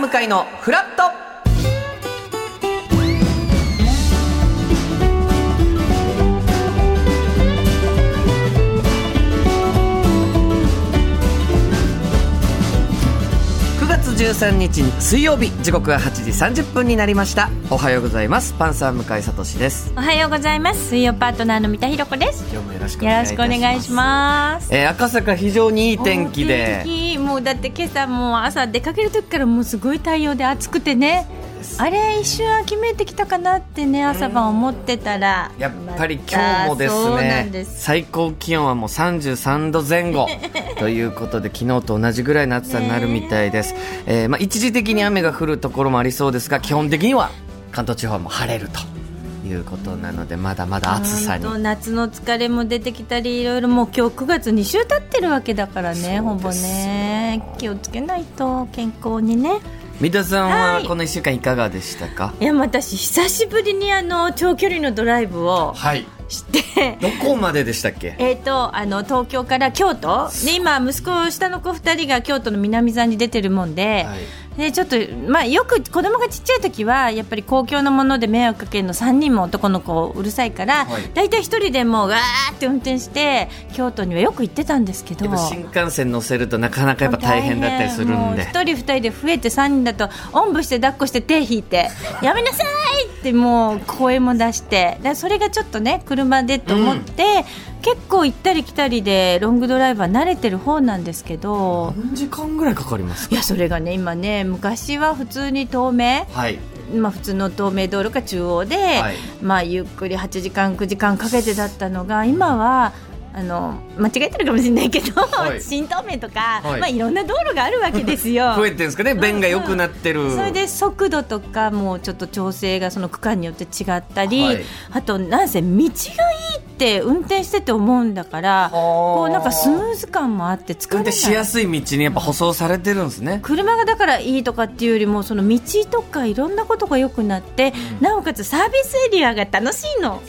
向かいのフラット9月13日水曜日時刻は8時30分になりましたおはようございますパンサー向井聡ですおはようございます。水曜パートナーの三田寛子です。今日もよろしくおよ願ろいいたししくお願いします。えー赤坂非常にいい天気でお天気もうだって今朝もう朝出かける時からもうすごい太陽で暑くてね。あれ一瞬秋めいてきたかなってね朝晩思ってたらやっぱり今日もですまたそうなねんです最高気温はもう33度 前後ということで昨日と同じぐらいの暑さになるみたいです、えーまあ、一時的に雨が降るところもありそうですが基本的には関東地方も晴れるということなのでまだまだ暑さに本当夏の疲れも出てきたりいろいろもう今日9月2週経ってるわけだからねほぼね気をつけないと健康にね三田さんははいこの1週間いかがでしたかいやもう私久しぶりにあの長距離のドライブをはいして どこまででしたっけえー、とあの東京から京都で今、息子下の子2人が京都の南座に出てるもんで,、はいでちょっと、まあ、よく子供がちっちゃい時はやっぱり公共のもので迷惑かけるの3人も男の子うるさいから、はい大体1人でもうわーって運転して京都にはよく行ってたんですけど。やっぱ新幹線乗せるとなかなかやっぱ大変だったりするもんうで一人二人で増えて三人だとおんぶして抱っこして手引い てやめなさいってもう声も出してだそれがちょっとね車でと思って、結構行ったり来たりでロングドライバー慣れてる方なんですけど何時間ぐらいかかりますいかやそれがね今ね昔は普通に東名はいまあ、普通の東名道路か中央で、いまあ、ゆっくり8時間9時間かけてだったのが今はあの間違えてるかもしれないけど、い 新東名とか、はいいまあ、いろんな道路があるわけですよ。 増えてるんですかね便が良くなってる、それで速度とかもちょっと調整がその区間によって違ったり、はいあとなんせ道がいいって運転してて思うんだからこうなんかスムーズ感もあって疲れ 運ない転しやすい道にやっぱ舗装されてるんですね。車がだからいいとかっていうよりもその道とかいろんなことが良くなって、なおかつサービスエリアが楽しいの。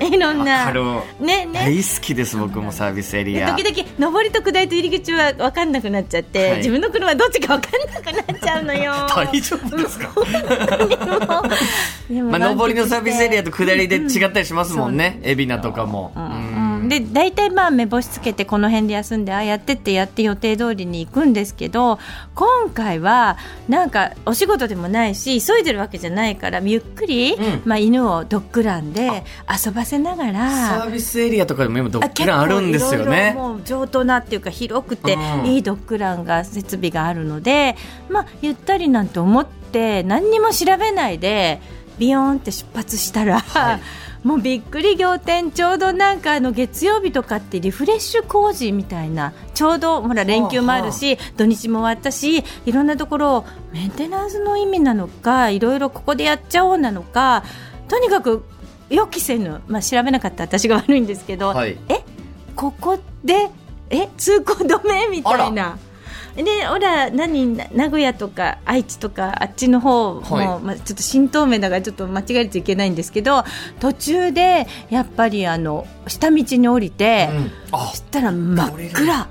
いろんなわかるねね大好きです僕もサービスエリでア。時々上りと下りと入り口は分かんなくなっちゃって、はい自分の車どっちか分かんなくなっちゃうのよ 大丈夫で すか？ でもまあ上りのサービスエリアとと下りで違ったりしますもんね。海老名とかも。うんで大体まあ目星つけてこの辺で休んであやってってやって予定通りに行くんですけど今回はなんかお仕事でもないし急いでるわけじゃないからゆっくり、んまあ、犬をドッグランで遊ばせながサらー。ビスエリアとかでも今ドッグランあるんですよあ結構いろいね。ろもう上等なっていうか広くてうんいいドッグランが設備があるので、まあゆったりなんて思って何にも調べないでビヨーンって出発したら、い もうびっくり仰天ちょうどなんかあの月曜日とかってリフレッシュ工事みたいなちょうどほら連休もあるし土日も終わったしいろんなところをメンテナンスの意味なのかいろいろここでやっちゃおうなのかとにかく予期せぬ、まあ、調べなかった私が悪いんですけど、はい。えここでえ通行止めみたいな。でほら何な名古屋とか愛知とかあっちの方も、はいまあ、ちょっと新東名だからちょっと間違えちゃいけないんですけど途中でやっぱりあの下道に降りて、うんあそしたら真っ暗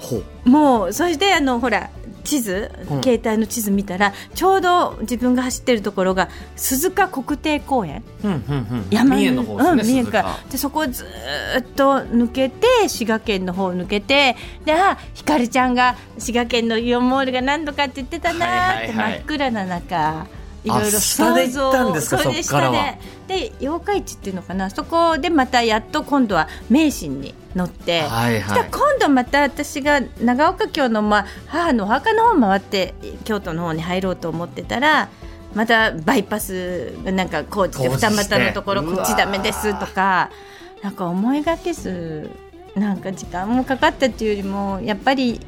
ほうもうそしてあのほら地図、うん携帯の地図見たらちょうど自分が走ってるところが鈴鹿国定公園うんうんうん。山三重の方ですね。うん、三重鈴鹿からでそこをずーっと抜けて滋賀県の方を抜けてであひかるちゃんが滋賀県のイオンモールが何度かって言ってたなーって、はいはいはい真っ暗な中いろいろ下で行ったんですかそうそっからはで八日市っていうのかなそこでまたやっと今度は名神に乗って。はいそしたはらい。今度また私が長岡京の、まあ、母のお墓の方回って京都の方に入ろうと思ってたらまたバイパスなんか工事で工事し二て股のところうこわーっちダメですとかなんか思いがけずなんか時間もかかったっていうよりもやっぱり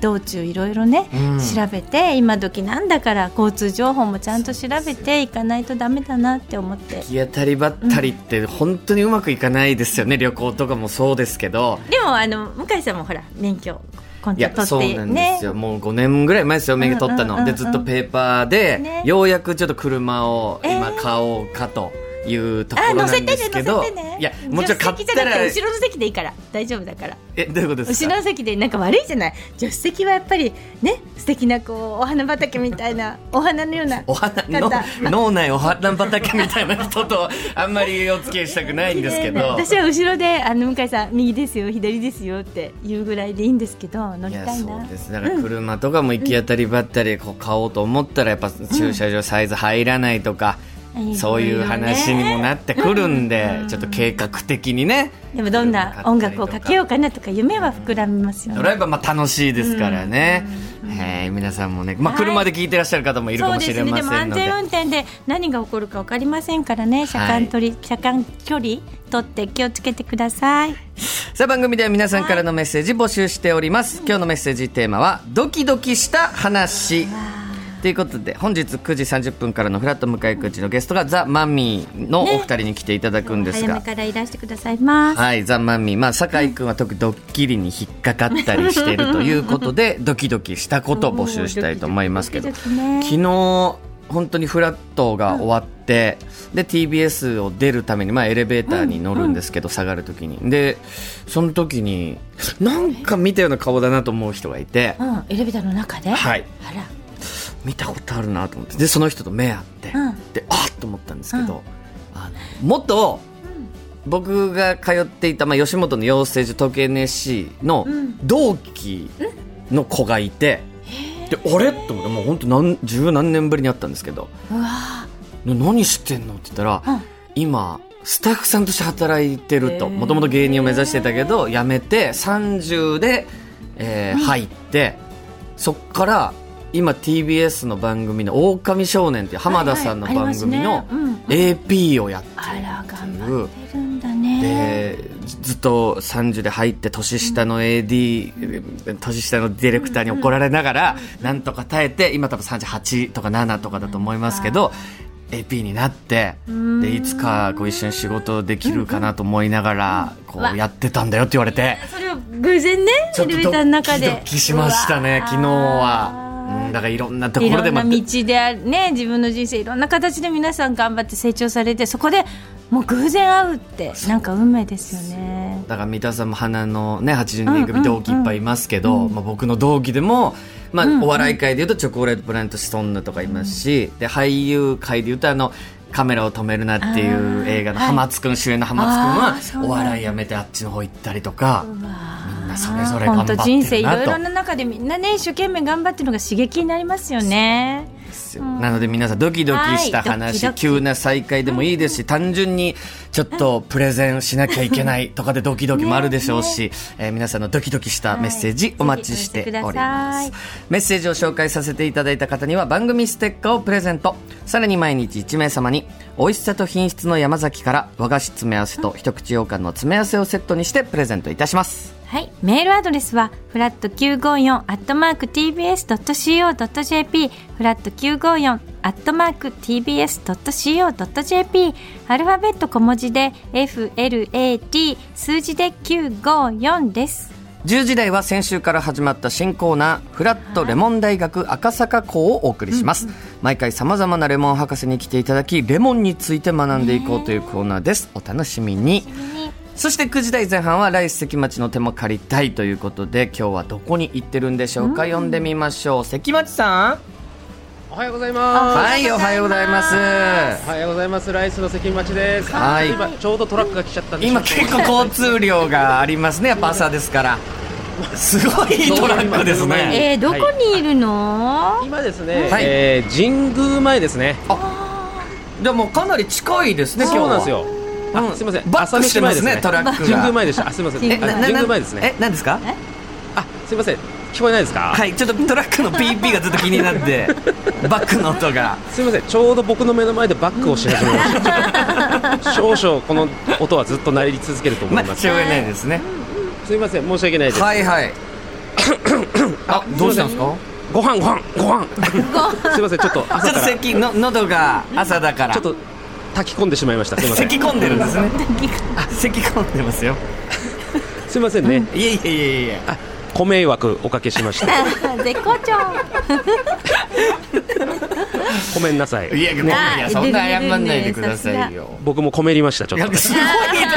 道中いろいろね、うん調べて今時なんだから交通情報もちゃんと調べていかないとダメだなって思って行き当たりばったりって本当にうまくいかないですよね。旅行とかもそうですけど。でもあの向井さんもほら免許今いや度そ取うっなてんですよ、もう5年ぐらい前ですよ免許取ったの、うんうんうんうんでずっとペーパーで、ねようやくちょっと車をえー今買おうかというところなんですけど、あ乗せてね乗せてねいやもちろん買助手っ席じたゃならくて後ろの席でいいから大丈夫だからえどういうことです後かろの席でなんか悪いじゃない助手席はやっぱりね素敵なこうお花畑みたいなお花のようなお花の方脳内お花畑みたいな人とあんまりお付き合いしたくないんですけ綺麗など。私は後ろであの向井さん右ですよ左ですよって言うぐらいでいいんですけど乗いりやたいそうなですだから車とかも行き当たりばったりこう買おうと思ったらやっぱ駐車場サイズ入らないとか、うんそういう話にもなってくるんで、ちょっと計画的にねでもどんな音楽をかけようかなとか夢は膨らみますよドラねイバーまあ楽しいですからね、えー皆さんもね、まあ、車で聞いてらっしゃる方もいるかそうもでしすれねまでせんもので,、安全運転で何が起こるか分かりませんからね車間取り、車間距離取って気をつけてくださいさあ番組では皆さんからのメッセージ募集しております、今日のメッセージテーマは「ドキドキした話」ということで本日9時30分からの「フラット向井くんち」のゲストがザ・マミィのお二人に来ていただくんです早が、めからいらしてくださいますはい、ザ・マミィ、まあ、酒井君は特にドッキリに引っかかったりしているということで、ドキドキしたことを募集したいと思いますけど、ドキドキね昨日本当にフラットが終わって、で TBS を出るために、まあ、エレベーターに乗るんですけど、下がるときにでその時になんか見たような顔だなと思う人がいて、うん、エレベーターの中で、はい、あら見たことあるなと思ってでその人と目合って、うんであっと思ったんですけど、あの元僕が通っていた、まあ、吉本の養成所東京 NSC のん同期の子がいて、であれと思ってもう本当何十何年ぶりに会ったんですけどうわ「な何してんの?」って言ったら「うん今スタッフさんとして働いてるとへーもともと芸人を目指してたけど辞めて30で、えー入ってそっから今 TBS の番組の「狼少年」っていう浜田さんのはいはいありま番す組ねのうんうん AP をやってるあらって頑い張うってるんだねでずっと30で入って年下の AD、年下のディレクターに怒られながら、なんとか耐えて今多分38とか7とかだと思いますけど AP になってでいつかこう一緒に仕事できるかなと思いながらこわうやってたんだよって言われてそれを偶然ねちょエっとレドベーターの中キでドキしましたね昨日うわは。ーうんだからいろんなとこいろろでんまなた道であるね自分の人生いろんな形で皆さん頑張って成長されてそこでもう偶然会うってなんか運命ですよねだから三田さんも花のね80年組同期いっぱいいますけど、まあ、僕の同期でも、まあ、お笑い界でいうとチョコレートプラネットシソンヌとかいますし、で俳優界でいうとあのカメラを止めるなっていう映画の浜津君主演の浜あー津そ君うはなんおだ笑いやめてあっちの方行ったりとかみんなそれぞれ頑本張っ当てるなと人生いろいろな中でみんなね一生懸命頑張ってるのが刺激になりますよねですよなので皆さんドキドキしはたいドキ話、ドキ急な再会でもいいですし、単純にちょっとプレゼンしなきゃいけないとかでドキドキもあるでしょうし、えー皆さんのドキドキしたメッセージお待ちしてぜひお寄せおくりだまさいす。メッセージを紹介させていただいた方には番組ステッカーをプレゼント。さらに毎日1名様に美味しさと品質の山崎から和菓子詰め合わせと一口羊羹の詰め合わせをセットにしてプレゼントいたします。はい、メールアドレスはフラット九五四アットマーク tbs ドット co ドット jp フラット九五四アットマーク tbs ドット co ドット jp アルファベット小文字で f l a t 数字で九五四です。 10時台は先週から始まった新コーナー「フラットレモン大学赤坂校」をお送りします、毎回さまざまなレモン博士に来ていただきレモンについて学んでいこうというコーナーですお楽しみにそして9時台前半は来世関町の手も借りたいということで今日はどこに行ってるんでしょうか、読んでみましょう関町さんおはようございまはいおはようございますす。おはようございます。ライスの関町です。はい今ちょうどトラックが来ちゃったんで。今結構交通量がありますねやっぱ朝ですからすごいトラックですねえー、どこにいるの？今ですね、はいえー神宮前ですね。でもかなり近いですね今日はそうなんですよ。あうんすみません。バックしてますねト朝飯前ですラックが神宮前でした。あすみません。えあなな神宮前ですね。え、なんですかあすみません。聞こえないですか。はい、ちょっとトラッ クの PP がずっと気になって、バックの音が。すみません。ちょうど僕の目の前でバックをし始めました。少々この音はずっと鳴り続けると思まいまあ、すしょ。うがないですね。すみません。申し訳ないです。はいはい。あ、どうしたんですかご飯ご飯ご飯。すみません。ちょっちとょ朝っとから咳、の、喉が朝だから。ちょっと炊き込んでしまいました。すみません。咳込んでるんですね。あ咳込んでますよ。すみませんね。いやいやいやいや。あご迷惑おかけしま した絶好調。 ごめんなさいいや、ごめんいや、そんな謝んないでくださいよ。僕もこめりましたちょいっとや、すごい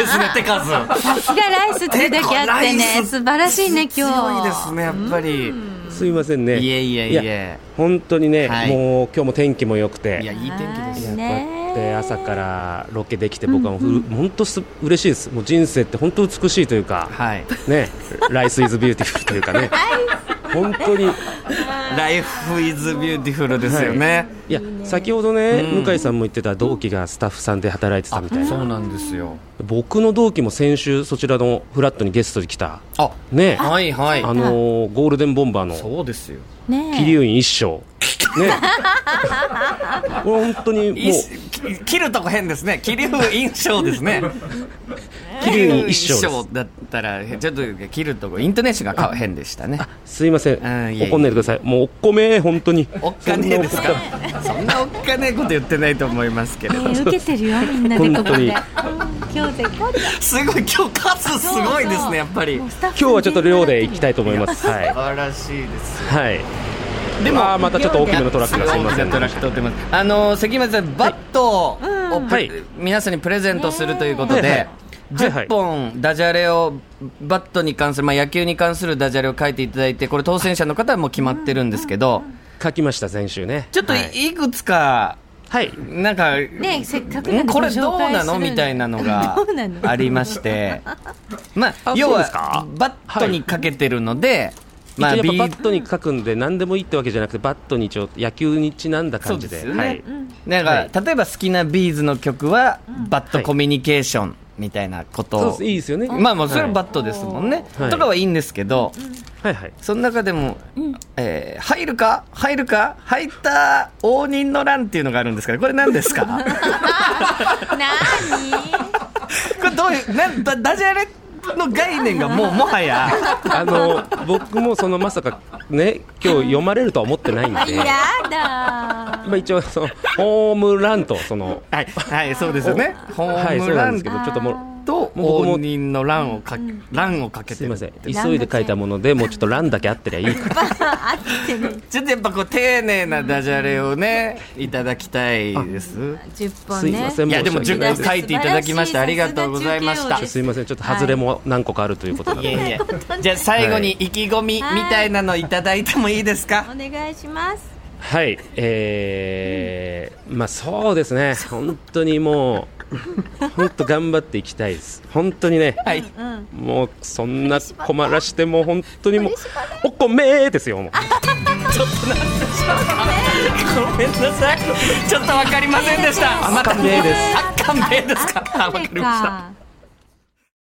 ですね、手数。さすがライスってだけあってライね、ス素晴らしいね、今日。強いですね、やっぱり。すいませんねいえいえいいやえ。本当にね、はいもう今日も天気も良くていや、いい天気ですはよ。いねで朝からロケできて僕はもうふる本当す嬉しいですもう人生って本当美しいというかはい。ねライスイズビューティフルというか ね本当にライフイズビューティフルですよね。いや先ほどね、うん向井さんも言ってた同期がスタッフさんで働いてたみたいなそうなんですよ。僕の同期も先週そちらのフラットにゲストに来たあ、ねあはいはい。のーゴールデンボンバーのそうですよ。桐ね生院一生 ねこれ本当にもういしき切るとこ変ですね。切る印象です ね。桐生院一生ですだったら、ちょっと切るとこ、イントネーションが変でしたね。すいませんあいえいえ怒んないでくださいもうおっこめ本当におっかねえですかそんなおっかねえこと言ってないと思いますけれどね受けて るよ、みんなでここで。今日絶好調。すごい今日数すごいですねやっぱりもう素スタッフ今日はちょっと寮で行きたい。いと思 います。はい。晴らしいですはい。ででもも、またちょっと大きめのトラックがすみません。大きなトラック撮ってますあの関町さんバットをうんプはい皆さんにプレゼントするということねではいはい10本ダジャレをバットに関するまあ野球に関するダジャレを書いていただいてこれ当選者の方はもう決まってるんですけど書きました、先週ね。ちょっとはい。いくつかはいなんかねせっかくなんでこれどごうな紹介すのるみたいなのがどうなのありましてまああ要そうはですかバットにかけてるので、まあ一応ビやっぱバーットに書くんで、何でもいいってわけじゃなくて、バットに一応、野球にちなんだ感じで。そうですよねはい。なんか、例えば好きなビーズの曲は、バットコミュニケーションみたいなことそうを、ですいいですよね。まあもうそれははいバットですもんね、はいとかはいいんですけど、はいはい。その中でも、えー入るか入るか入った応仁の乱っていうのがあるんですけどこれ何ですか なこれどういうなんだダジャレの概念がもうもはやあの、僕もそのまさか、ね、今日読まれるとは思ってないんにで。やだ まあ一応、その、ホームランと、その、はい、はい、そうですよね。ホはーい、そムうラなんンですけど、ちょっともともう僕も応仁の乱をかけ、乱をかけてう、するいません。ち急いで書いたもので、もうちょっとランだけあってりゃい いかあってねょっとやっぱこう丁寧なダジャレをね、いただきたいです。 10ら。本すねいません、いやでも申し訳ない10です分書いていただきましてありがとうございました。素晴らしすいません、ちょっと外れも何個かあるということなのいえで、いえ。じゃあ最後に意気込みみたいなのいただいてもいいですか。お願いしますはい、えー、まあそうですね、本当にもう、本当頑張っていきたいです、本当にね、はい。もうそんな困らして、もう本当にもう、お米ですよ、もう。ごめんなさい。ちょっとわかりませんでした。あまた赤目です あ、勘弁ですか。あわかりました。た